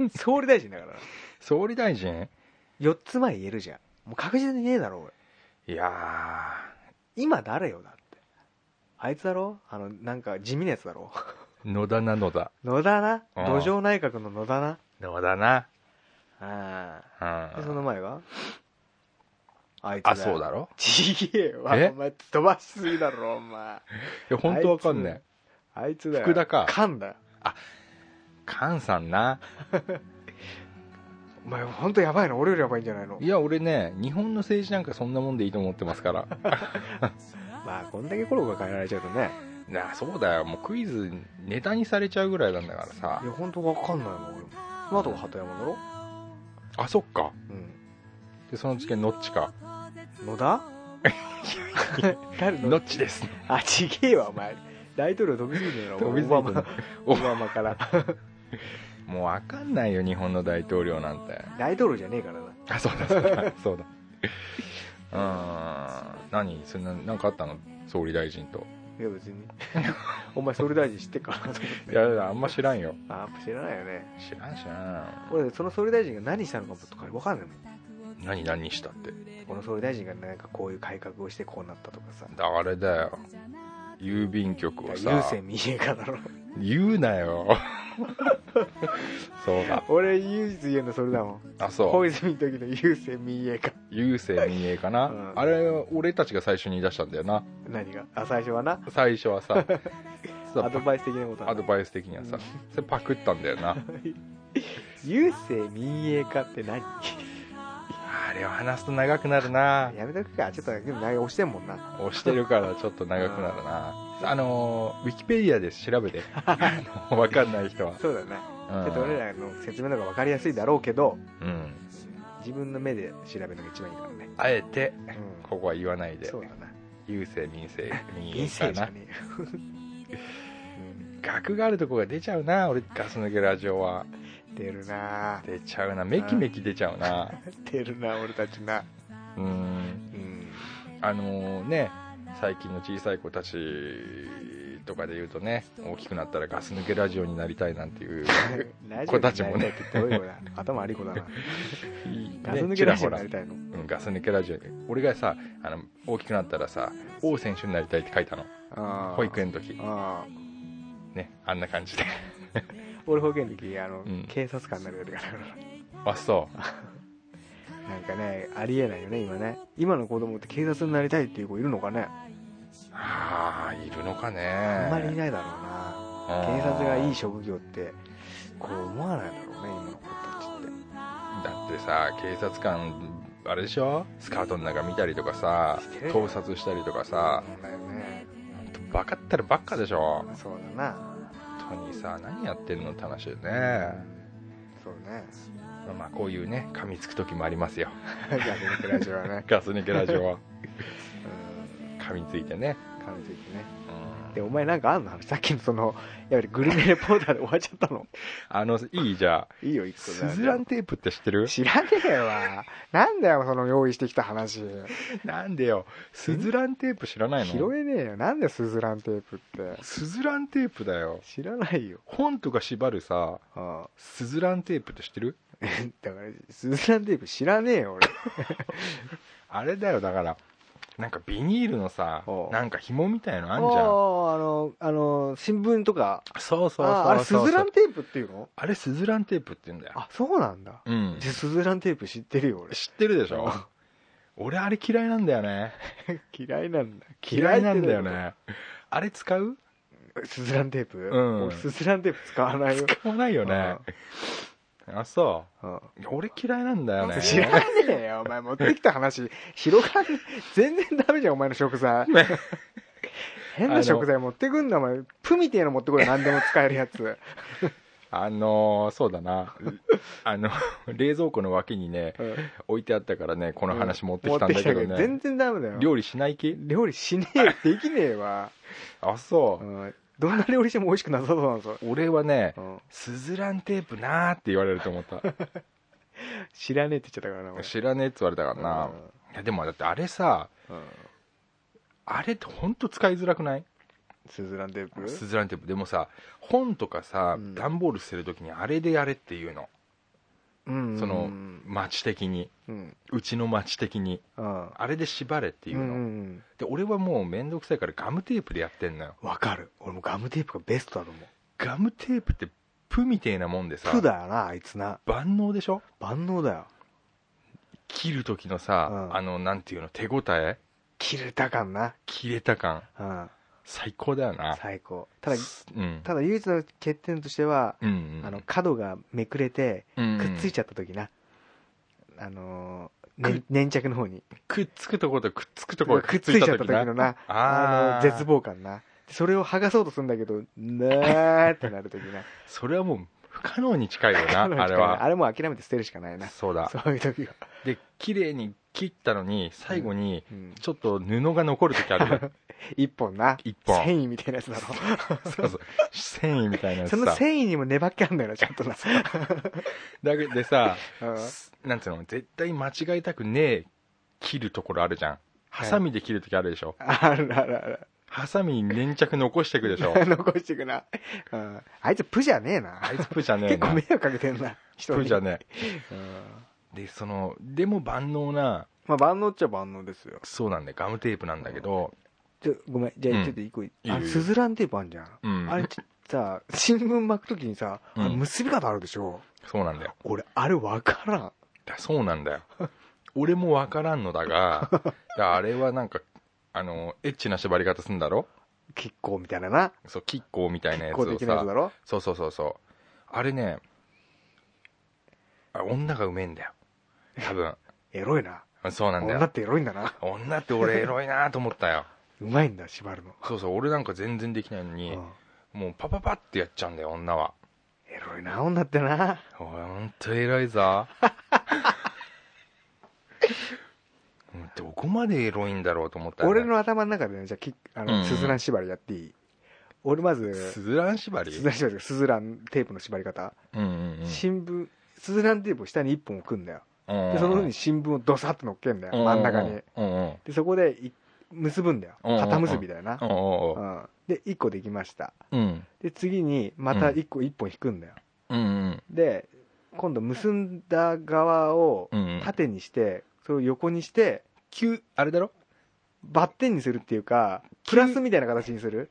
[SPEAKER 3] らな総理大臣だからな
[SPEAKER 4] 総理大臣
[SPEAKER 3] 4つ前言えるじゃんもう確実にねえだろ俺
[SPEAKER 4] いや
[SPEAKER 3] 今誰よだってあいつだろあのなんか地味なやつだろ
[SPEAKER 4] ー野田な野田
[SPEAKER 3] 野田な
[SPEAKER 4] う
[SPEAKER 3] 土
[SPEAKER 4] ん
[SPEAKER 3] 壌内閣の野田な
[SPEAKER 4] 野田な
[SPEAKER 3] あ
[SPEAKER 4] うん
[SPEAKER 3] あでその前があいつ
[SPEAKER 4] あそうだろ
[SPEAKER 3] ちげえわ
[SPEAKER 4] え
[SPEAKER 3] お前飛ばしすぎだろお前
[SPEAKER 4] いや本当わかんない
[SPEAKER 3] あいつだよ
[SPEAKER 4] 福田か
[SPEAKER 3] かんだよ
[SPEAKER 4] 菅さんな
[SPEAKER 3] お前本当やばいの俺よりやばいんじゃないの
[SPEAKER 4] いや俺ね日本の政治なんかそんなもんでいいと思ってますから
[SPEAKER 3] まあこんだけコロが変えられちゃうとね
[SPEAKER 4] なあそうだよもうクイズネタにされちゃうぐらいなんだからさ
[SPEAKER 3] いや本当わかんないの俺もその後が鳩山だろ
[SPEAKER 4] あそっか
[SPEAKER 3] うん
[SPEAKER 4] でその次のっちか
[SPEAKER 3] 野田 誰の
[SPEAKER 4] のっちです
[SPEAKER 3] あちげえわお前大統領飛びすぎてるなお前オバ
[SPEAKER 4] 飛び過
[SPEAKER 3] マ
[SPEAKER 4] ぎ
[SPEAKER 3] オバマから
[SPEAKER 4] もうわかんないよ日本の大統領なんて
[SPEAKER 3] 大統領じゃねえからな
[SPEAKER 4] あそうだそうだ そうだうーん何それななんかあったの総理大臣と
[SPEAKER 3] いや別に お前総理大臣知ってっからと思って
[SPEAKER 4] いやあんま知らんよ
[SPEAKER 3] あやっぱ知らないよね
[SPEAKER 4] 知らん知ら
[SPEAKER 3] 俺その総理大臣が何したのかもとか分かんないもん
[SPEAKER 4] ん何何したって
[SPEAKER 3] この総理大臣がなんかこういう改革をしてこうなったとかさ
[SPEAKER 4] だあれだよ郵便局を
[SPEAKER 3] 郵
[SPEAKER 4] さ
[SPEAKER 3] 政民営化だろ
[SPEAKER 4] 言うなよ そうだ
[SPEAKER 3] 俺唯一言えんのそれだもん
[SPEAKER 4] あそ
[SPEAKER 3] 小
[SPEAKER 4] う
[SPEAKER 3] 泉の時の郵政民営化
[SPEAKER 4] 郵政民営かな、
[SPEAKER 3] うん
[SPEAKER 4] あれ俺たちが最初に言い出したんだよな
[SPEAKER 3] 何があ最初はな
[SPEAKER 4] 最初は さ
[SPEAKER 3] アド
[SPEAKER 4] さ
[SPEAKER 3] バイス的なことは
[SPEAKER 4] アドバイス的にはさそれパクったんだよ な
[SPEAKER 3] 郵政民営化って何
[SPEAKER 4] あれを話すと長くなるな
[SPEAKER 3] やめとくかちょっとでも押してんもんな
[SPEAKER 4] 押してるからちょっと長くなるなあのウィキペディアで調 べてあのわかんない人は、
[SPEAKER 3] そうだね
[SPEAKER 4] うん
[SPEAKER 3] ちょっと俺らの説明の方が分かりやすいだろうけど
[SPEAKER 4] うん、
[SPEAKER 3] 自分の目で調べるのが一番いいからね、
[SPEAKER 4] あえて
[SPEAKER 3] う
[SPEAKER 4] ここは言わない
[SPEAKER 3] ん、
[SPEAKER 4] で
[SPEAKER 3] そうだな
[SPEAKER 4] 郵政民生民
[SPEAKER 3] 人
[SPEAKER 4] 営か
[SPEAKER 3] 生じゃ
[SPEAKER 4] な
[SPEAKER 3] ねえようん
[SPEAKER 4] 額があるとこが出ちゃうな俺ガス抜けラジオは
[SPEAKER 3] 出る な
[SPEAKER 4] 出ちゃうなメキメキ出ちゃうな
[SPEAKER 3] 出るな俺たちな
[SPEAKER 4] うん
[SPEAKER 3] うん
[SPEAKER 4] あのね最近の小さい子たちとかで言うとね大きくなったらガス抜けラジオになりたいなんていう
[SPEAKER 3] ラジ
[SPEAKER 4] 子
[SPEAKER 3] オにな
[SPEAKER 4] た
[SPEAKER 3] り
[SPEAKER 4] ち
[SPEAKER 3] たい
[SPEAKER 4] も
[SPEAKER 3] っ
[SPEAKER 4] ね
[SPEAKER 3] てどういうことだ頭悪い子 だなガス抜
[SPEAKER 4] ね
[SPEAKER 3] け
[SPEAKER 4] ちら
[SPEAKER 3] ラジオ
[SPEAKER 4] ほ
[SPEAKER 3] に
[SPEAKER 4] ら
[SPEAKER 3] なりたいの
[SPEAKER 4] うんガス抜けラジオに俺がさあの大きくなったらさ王選手になりたいって書いたの
[SPEAKER 3] あー
[SPEAKER 4] 保育園の時
[SPEAKER 3] あ
[SPEAKER 4] ねあんな感 じで
[SPEAKER 3] ー俺保育園の時あの、
[SPEAKER 4] ん
[SPEAKER 3] 警察官になるやつがだから
[SPEAKER 4] あそう
[SPEAKER 3] なんかねありえないよね今ね今の子供って警察になりたいっていう子いるのかね
[SPEAKER 4] ああいるのかね
[SPEAKER 3] あんまりい
[SPEAKER 4] い
[SPEAKER 3] ないだろうな警察がいい職業ってこう思わないだろうね今の子たちって
[SPEAKER 4] だってさ警察官あれでしょスカートの中見たりとかさ
[SPEAKER 3] してる
[SPEAKER 4] 盗撮したりとかさ
[SPEAKER 3] そうだよね
[SPEAKER 4] バカったらバカでしょ
[SPEAKER 3] そうだな
[SPEAKER 4] 本当にさ何やってんのって話でね
[SPEAKER 3] そうね
[SPEAKER 4] まあこういうね噛みつく時もありますよ
[SPEAKER 3] ガス抜けラジオはね
[SPEAKER 4] ガス抜けラジ オは
[SPEAKER 3] うん
[SPEAKER 4] 噛みついてね
[SPEAKER 3] 感じてね
[SPEAKER 4] うん
[SPEAKER 3] でお前なんかあんの話さっきのそのやっぱりグルメレポーターで終わっちゃったの
[SPEAKER 4] あのいいじゃあ
[SPEAKER 3] いいよ一個
[SPEAKER 4] ス
[SPEAKER 3] ぐらい
[SPEAKER 4] ズランテープって知ってる
[SPEAKER 3] 知らねえわなんだよその用意してきた話
[SPEAKER 4] なんでよスズランテープ知らない
[SPEAKER 3] 拾
[SPEAKER 4] の
[SPEAKER 3] えねえよなんでスズランテープって
[SPEAKER 4] スズランテープだよ
[SPEAKER 3] 知らないよ
[SPEAKER 4] 本とか縛るさ
[SPEAKER 3] ああ
[SPEAKER 4] スズランテープって知ってる
[SPEAKER 3] だからスズランテープ知らねえよ俺
[SPEAKER 4] あれだよだからなんかビニールのさ
[SPEAKER 3] おう
[SPEAKER 4] なんか紐みたいのあん
[SPEAKER 3] お
[SPEAKER 4] じゃん
[SPEAKER 3] ーあのあの新聞とか
[SPEAKER 4] そうそうそう
[SPEAKER 3] ああれスズランテープっていうの
[SPEAKER 4] あれスズランテープって言うんだよ
[SPEAKER 3] あそうなんだ
[SPEAKER 4] うん
[SPEAKER 3] でスズランテープ知ってるよ俺
[SPEAKER 4] 知ってるでしょ俺あれ嫌いなんだよね
[SPEAKER 3] 嫌いなんだ
[SPEAKER 4] 嫌いなんだよねあれ使う
[SPEAKER 3] スズランテープ、
[SPEAKER 4] うん
[SPEAKER 3] 俺スズランテープ使わないよ、
[SPEAKER 4] 使わないよねあそう
[SPEAKER 3] うん
[SPEAKER 4] いや俺嫌いなんだよね
[SPEAKER 3] 知らねえよお前持ってきた話広がる全然ダメじゃんお前の食材変な食材持ってくんなお前プみてえの持ってこい何でも使えるやつ、
[SPEAKER 4] あのーそうだな あの冷蔵庫の脇にね
[SPEAKER 3] うん
[SPEAKER 4] 置いてあったからね この話持ってきたんだけど
[SPEAKER 3] 持ってきた
[SPEAKER 4] ね
[SPEAKER 3] 全然ダメだよ
[SPEAKER 4] 料理しない気
[SPEAKER 3] 料理しねえよできねえわ、
[SPEAKER 4] あそうう、
[SPEAKER 3] ん、どんな料理しても美味しくなさそうなんですよ、
[SPEAKER 4] 俺はね
[SPEAKER 3] うん
[SPEAKER 4] スズランテープなーって言われると思った
[SPEAKER 3] 知らねえって言っちゃったからな俺
[SPEAKER 4] 知らねえって言われたからな、いやでもだってあれさ
[SPEAKER 3] うんうん
[SPEAKER 4] あれってほんと使いづらくない
[SPEAKER 3] スズランテープ
[SPEAKER 4] スズランテープでもさ本とかさ
[SPEAKER 3] うん
[SPEAKER 4] 段ボール捨てる時にあれでやれっていうの
[SPEAKER 3] うん
[SPEAKER 4] その
[SPEAKER 3] うん
[SPEAKER 4] 町的に
[SPEAKER 3] うん
[SPEAKER 4] うちの町的に
[SPEAKER 3] うん
[SPEAKER 4] あれで縛れっていうの、
[SPEAKER 3] ん
[SPEAKER 4] で俺はもう面倒くさいからガムテープでやってんのよ
[SPEAKER 3] わかる俺もガムテープがベストだと思う
[SPEAKER 4] ガムテープってプみてえなもんでさ
[SPEAKER 3] プだよなあいつな
[SPEAKER 4] 万能でしょ
[SPEAKER 3] 万能だよ
[SPEAKER 4] 切る時のさ、
[SPEAKER 3] うん
[SPEAKER 4] あのなんていうの手応え
[SPEAKER 3] 切れた感な、
[SPEAKER 4] 切れた感
[SPEAKER 3] うん、
[SPEAKER 4] 最高だよな
[SPEAKER 3] 最高ただ
[SPEAKER 4] すうん
[SPEAKER 3] ただ唯一の欠点としては、
[SPEAKER 4] うんうん
[SPEAKER 3] あの角がめくれて
[SPEAKER 4] うん
[SPEAKER 3] くっついちゃった時な、あのーね粘着の方に
[SPEAKER 4] くっつくところとくっつくところ
[SPEAKER 3] くっついちゃった時のな
[SPEAKER 4] あ
[SPEAKER 3] あの
[SPEAKER 4] ー
[SPEAKER 3] 絶望感なそれを剥がそうとするんだけどなーってなる時な
[SPEAKER 4] それはもう不可能に近い よな
[SPEAKER 3] 彼女
[SPEAKER 4] あれ
[SPEAKER 3] あ
[SPEAKER 4] は
[SPEAKER 3] れもう諦めて捨てるしかないな
[SPEAKER 4] そうだ
[SPEAKER 3] そういう時は、
[SPEAKER 4] で綺麗に切ったのに最後に
[SPEAKER 3] うん、
[SPEAKER 4] ちょっと布が残る時あ るよ
[SPEAKER 3] 一本な
[SPEAKER 4] 一本
[SPEAKER 3] 繊維みたいなやつだろ
[SPEAKER 4] そうそう繊維みたいなや
[SPEAKER 3] そ
[SPEAKER 4] つ
[SPEAKER 3] の
[SPEAKER 4] さ
[SPEAKER 3] 繊維にも粘っ気あんだよなちゃんとな
[SPEAKER 4] だけでさ
[SPEAKER 3] うん
[SPEAKER 4] すなんつうの絶対間違えたくねえ切るところあるじゃんハサミで切る時あるでしょ
[SPEAKER 3] あるあるある
[SPEAKER 4] ハサミに粘着残してくでし ょ
[SPEAKER 3] 残してくな、うん、あいつプじゃねえな
[SPEAKER 4] あいつプじゃねえ
[SPEAKER 3] 結構
[SPEAKER 4] な
[SPEAKER 3] 迷惑かけてんな人に
[SPEAKER 4] プじゃね
[SPEAKER 3] うん
[SPEAKER 4] えでそのでも万能な
[SPEAKER 3] まあ万能っちゃ万能ですよ
[SPEAKER 4] そうなんだよガムテープなんだけど
[SPEAKER 3] ちょごめんじゃ
[SPEAKER 4] うん
[SPEAKER 3] あちょっと一個、
[SPEAKER 4] いよ
[SPEAKER 3] あ
[SPEAKER 4] いいよ
[SPEAKER 3] スズランテープあんじゃん、
[SPEAKER 4] うん
[SPEAKER 3] あれちさ新聞巻くときにさ、あの
[SPEAKER 4] うん
[SPEAKER 3] 結び方あるでしょ
[SPEAKER 4] そうなんだよ
[SPEAKER 3] 俺あれわからん
[SPEAKER 4] だそうなんだよ 俺も分からんのだ がだあれはなんかあのエッチな縛り方すんだろ
[SPEAKER 3] キッコーみたいなな
[SPEAKER 4] そうキッコーみたいな
[SPEAKER 3] キッ
[SPEAKER 4] やつ
[SPEAKER 3] コー
[SPEAKER 4] を
[SPEAKER 3] 的なやつだ
[SPEAKER 4] さ
[SPEAKER 3] ろ
[SPEAKER 4] そうそうそうそうあれねあ女がうめえんだよ多分
[SPEAKER 3] エロいな
[SPEAKER 4] そうなんだ
[SPEAKER 3] 女っ
[SPEAKER 4] よ
[SPEAKER 3] てエロいんだな
[SPEAKER 4] 女って俺エロいなと思ったよ
[SPEAKER 3] うまいんだ縛るの、
[SPEAKER 4] そうそう俺なんか全然できないの
[SPEAKER 3] うん
[SPEAKER 4] に、もうパパパってやっちゃうんだよ女は
[SPEAKER 3] エロいな女ってな
[SPEAKER 4] おいほんとエロい ぞ うんどこまでエロいんだろうと思ったよね
[SPEAKER 3] 俺の頭の中でねじゃあキッあ
[SPEAKER 4] うんう
[SPEAKER 3] の
[SPEAKER 4] ん
[SPEAKER 3] スズラン縛りやっていい俺まず
[SPEAKER 4] スズラン縛り
[SPEAKER 3] スズラン縛りというかスズランテープの縛り方、
[SPEAKER 4] うんうんうん
[SPEAKER 3] 新聞スズランテープを下に1本置くんだよ
[SPEAKER 4] うんうん
[SPEAKER 3] でその上に新聞をドサッと乗っけんだよ
[SPEAKER 4] うんうん
[SPEAKER 3] 真ん中に
[SPEAKER 4] うんうん
[SPEAKER 3] でそこでい結ぶんだよ
[SPEAKER 4] うんうんうん
[SPEAKER 3] 片結びだよな
[SPEAKER 4] うんうん
[SPEAKER 3] うんで1個できました
[SPEAKER 4] うん
[SPEAKER 3] で次にまた1個1本引くんだよ
[SPEAKER 4] うんうん
[SPEAKER 3] で今度結んだ側を
[SPEAKER 4] うんうん
[SPEAKER 3] 縦にしてそれを横にして
[SPEAKER 4] 急あれだろ
[SPEAKER 3] バッテンにするっていうかプラスみたいな形にする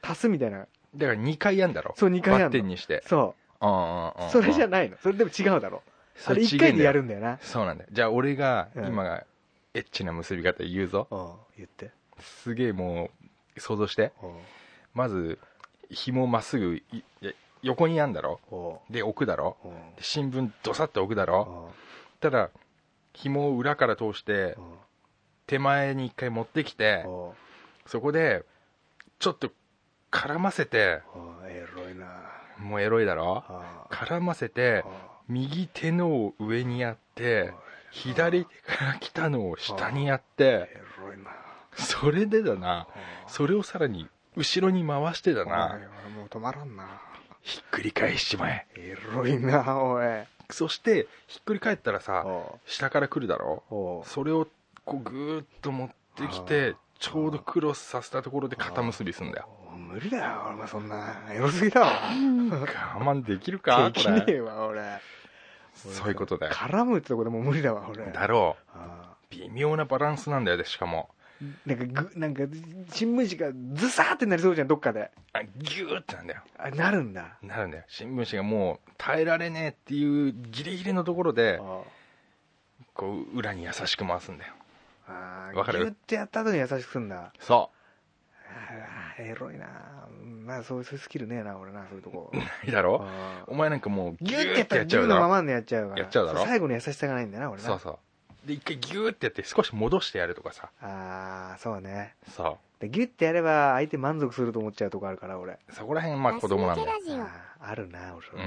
[SPEAKER 3] 足すみたいな
[SPEAKER 4] だから2回やんだろ
[SPEAKER 3] そう2回
[SPEAKER 4] バ
[SPEAKER 3] や
[SPEAKER 4] ッテ
[SPEAKER 3] る
[SPEAKER 4] ン
[SPEAKER 3] の
[SPEAKER 4] にして
[SPEAKER 3] そ
[SPEAKER 4] うんうんうんう
[SPEAKER 3] うんそれじゃないのそれでも違うだろ
[SPEAKER 4] そ
[SPEAKER 3] あれ
[SPEAKER 4] れ
[SPEAKER 3] 1回でや
[SPEAKER 4] 違えんだよ
[SPEAKER 3] るんだよな
[SPEAKER 4] そうなんだよじゃあ俺が
[SPEAKER 3] うん
[SPEAKER 4] 今がエッチな結び方言うぞ
[SPEAKER 3] うん言って
[SPEAKER 4] すげえもう想像して
[SPEAKER 3] うん
[SPEAKER 4] まず紐まっすぐいい横にやんだろ
[SPEAKER 3] お
[SPEAKER 4] で置くだろ
[SPEAKER 3] うおう
[SPEAKER 4] で新聞ドサッと置くだろ
[SPEAKER 3] おう
[SPEAKER 4] ただ紐を裏から通して手前に一回持ってきて
[SPEAKER 3] おう
[SPEAKER 4] そこでちょっと絡ませて
[SPEAKER 3] おうエロいな
[SPEAKER 4] もうエロいだろ
[SPEAKER 3] ああ
[SPEAKER 4] 絡ませて
[SPEAKER 3] あ
[SPEAKER 4] 右手のを上にやって
[SPEAKER 3] あ
[SPEAKER 4] 左手から来たのを下にやって
[SPEAKER 3] エロいな
[SPEAKER 4] それでだなそれをさらに後ろに回してだ
[SPEAKER 3] おい
[SPEAKER 4] な
[SPEAKER 3] 俺もう止まらんな
[SPEAKER 4] ひっくり返しちまえ
[SPEAKER 3] エロいなおい
[SPEAKER 4] そしてひっくり返ったらさ
[SPEAKER 3] お
[SPEAKER 4] 下から来るだろ
[SPEAKER 3] うおう
[SPEAKER 4] それをこうぐーっと持ってきてちょうどクロスさせたところで肩結びすんだよ
[SPEAKER 3] おう無理だよ俺もそんなエロすぎだわ
[SPEAKER 4] 我慢できるか
[SPEAKER 3] でき
[SPEAKER 4] こ
[SPEAKER 3] ね
[SPEAKER 4] れ
[SPEAKER 3] えわ俺
[SPEAKER 4] そういうことだよ
[SPEAKER 3] 絡むってとこでもう無理だわ俺
[SPEAKER 4] だろ
[SPEAKER 3] ああ
[SPEAKER 4] う微妙なバランスなんだよでしかも
[SPEAKER 3] なんかぐなんか新聞紙がズサーってなりそうじゃんどっかで
[SPEAKER 4] あギューってなんだよ
[SPEAKER 3] あなるんだ
[SPEAKER 4] なるんだよ新聞紙がもう耐えられねえっていうギリギリのところで
[SPEAKER 3] あ
[SPEAKER 4] こう裏に優しく回すんだよ
[SPEAKER 3] あ
[SPEAKER 4] わかる
[SPEAKER 3] ギュッてやった後に優しくすんだ
[SPEAKER 4] そ
[SPEAKER 3] ああエロいなまあそういうスキルねえな俺なそういうとこ
[SPEAKER 4] いいだろ
[SPEAKER 3] あー
[SPEAKER 4] お前なんかもうギ
[SPEAKER 3] ギ
[SPEAKER 4] ュ
[SPEAKER 3] ュ
[SPEAKER 4] ー
[SPEAKER 3] ッ
[SPEAKER 4] ってて
[SPEAKER 3] や
[SPEAKER 4] や
[SPEAKER 3] っ
[SPEAKER 4] っ
[SPEAKER 3] ち
[SPEAKER 4] ち
[SPEAKER 3] ゃ
[SPEAKER 4] ゃ
[SPEAKER 3] う
[SPEAKER 4] う
[SPEAKER 3] の
[SPEAKER 4] だ
[SPEAKER 3] ま
[SPEAKER 4] ろ
[SPEAKER 3] まのやっちゃうから
[SPEAKER 4] やっちゃうだろ
[SPEAKER 3] そう最後の優しさがないんだな俺な
[SPEAKER 4] そうそうで一回ギューってやって少し戻してやるとかさ
[SPEAKER 3] ああそうね
[SPEAKER 4] そ
[SPEAKER 3] でギュッてやれば相手満足すると思っちゃうとこあるから俺
[SPEAKER 4] うそこら辺まあ子供なんだよ
[SPEAKER 5] ラジオ
[SPEAKER 3] あーあるな俺そうれ
[SPEAKER 4] ー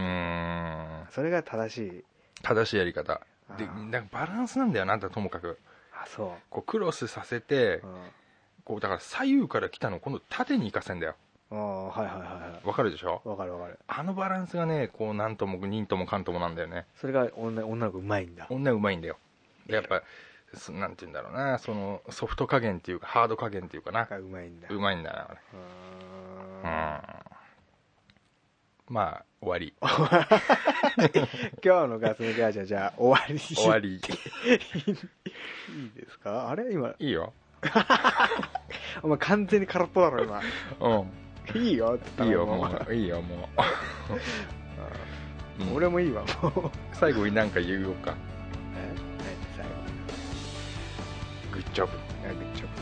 [SPEAKER 4] ん
[SPEAKER 3] それが正しい
[SPEAKER 4] 正しいやり方で
[SPEAKER 3] あー
[SPEAKER 4] なんかバランスなんだよなんだともかく
[SPEAKER 3] あそ
[SPEAKER 4] こうクロスさせて
[SPEAKER 3] ううん
[SPEAKER 4] こうだから左右から来たのを今度縦に行かせんだよ
[SPEAKER 3] ああはいはいはいは
[SPEAKER 4] わかるでしょ
[SPEAKER 3] いわかるわかる
[SPEAKER 4] あのバランスがねこうなんともにんともかんともなんだよね
[SPEAKER 3] それが女女の子うまいんだ
[SPEAKER 4] 女うまいんだよでやっぱすなんて言うんだろうなそのソフト加減っていうかハード加減っていうかな
[SPEAKER 3] がうまいんだ
[SPEAKER 4] うまいんだな
[SPEAKER 3] う
[SPEAKER 4] 俺
[SPEAKER 3] ーん
[SPEAKER 4] うんまあ終わり
[SPEAKER 3] 今日のガス抜きラジオじゃあ終わりに
[SPEAKER 4] 終わり
[SPEAKER 3] いいですかあれ今
[SPEAKER 4] いいよ
[SPEAKER 3] お前完全に空っぽだろ今
[SPEAKER 4] う
[SPEAKER 3] いいよって言った
[SPEAKER 4] ん
[SPEAKER 3] ら
[SPEAKER 4] いいよ
[SPEAKER 3] も
[SPEAKER 4] もう
[SPEAKER 3] う
[SPEAKER 4] いいよもううん
[SPEAKER 3] 俺もいいわもう
[SPEAKER 4] 最後に何か言おうか
[SPEAKER 3] え何最後
[SPEAKER 4] グッジョブ
[SPEAKER 3] あグッジョブ